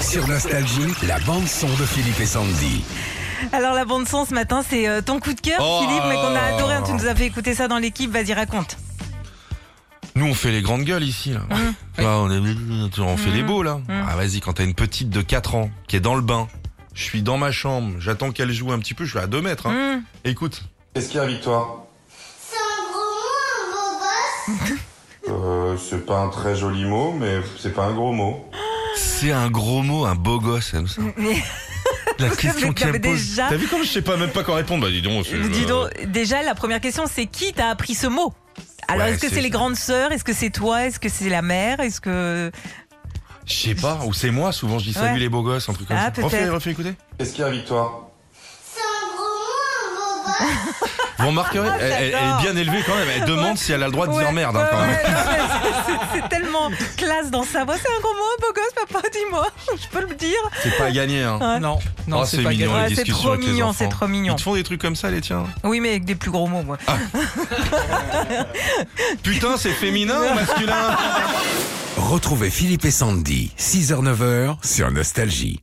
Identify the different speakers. Speaker 1: Sur Nostalgie, la bande-son de Philippe et Sandy.
Speaker 2: Alors la bande son ce matin, c'est euh, ton coup de cœur,
Speaker 3: Oh.
Speaker 2: Philippe, mais qu'on a adoré. hein, Tu nous as fait écouter ça dans l'équipe. Vas-y, raconte.
Speaker 3: Nous, on fait les grandes gueules ici. Là.
Speaker 2: Hein.
Speaker 3: Là, on, est- on fait les beaux, là. Ah, vas-y, quand t'as une petite de 4 ans qui est dans le bain, je suis dans ma chambre, j'attends qu'elle joue un petit peu, je suis à 2 mètres.
Speaker 2: Hum.
Speaker 3: hein. Écoute. Qu'est-ce qu'il y a, Victoire
Speaker 4: C'est un gros mot, un beau gosse
Speaker 3: Euh, C'est pas un très joli mot, mais c'est pas un gros mot. C'est un gros mot, un beau gosse, comme ça.
Speaker 2: Mais-
Speaker 3: La
Speaker 2: Mais
Speaker 3: question qu'elle
Speaker 2: t'avais
Speaker 3: me pose.
Speaker 2: déjà-
Speaker 3: T'as vu comme je sais pas même pas quoi répondre Bah dis donc. c'est-
Speaker 2: Dis
Speaker 3: euh,
Speaker 2: donc, déjà, la première question, c'est qui t'a appris ce mot Alors,
Speaker 3: Ouais,
Speaker 2: est-ce que
Speaker 3: c'est-
Speaker 2: c'est les grandes sœurs Est-ce que c'est toi Est-ce que c'est la mère Est-ce que.
Speaker 3: Je sais pas, ou c'est moi, souvent je dis salut
Speaker 2: Ouais.
Speaker 3: les beaux gosses, un truc comme
Speaker 2: Ah,
Speaker 3: ça.
Speaker 2: peut-être.
Speaker 3: Refais, refais écouter. Qu'est-ce qu'il y a, Victoire
Speaker 4: C'est un gros mot, un beau gosse
Speaker 3: Vous
Speaker 2: Ah,
Speaker 3: remarquerez, elle, elle- elle est bien élevée quand même. Elle demande si elle a le droit de dire
Speaker 2: Ouais,
Speaker 3: merde
Speaker 2: ouais,
Speaker 3: hein, quand même.
Speaker 2: ouais, ouais, c'est- c'est- C'est tellement classe dans sa voix. C'est un gros mot, beau gosse, papa, dis-moi. Je peux le dire.
Speaker 3: C'est pas gagné. Hein.
Speaker 2: Ouais.
Speaker 5: Non, non,
Speaker 3: Oh,
Speaker 5: c'est pas
Speaker 3: mignon
Speaker 5: gagné.
Speaker 2: Ouais,
Speaker 3: les
Speaker 2: c'est
Speaker 3: discussions
Speaker 2: trop
Speaker 3: avec les
Speaker 2: mignon,
Speaker 3: enfants.
Speaker 2: c'est trop mignon.
Speaker 3: Ils te font des trucs comme ça les tiens.
Speaker 2: Oui, mais avec des plus gros mots, moi.
Speaker 3: Putain, c'est féminin ou masculin
Speaker 1: Retrouvez Philippe et Sandy, 6h-9h, sur Nostalgie.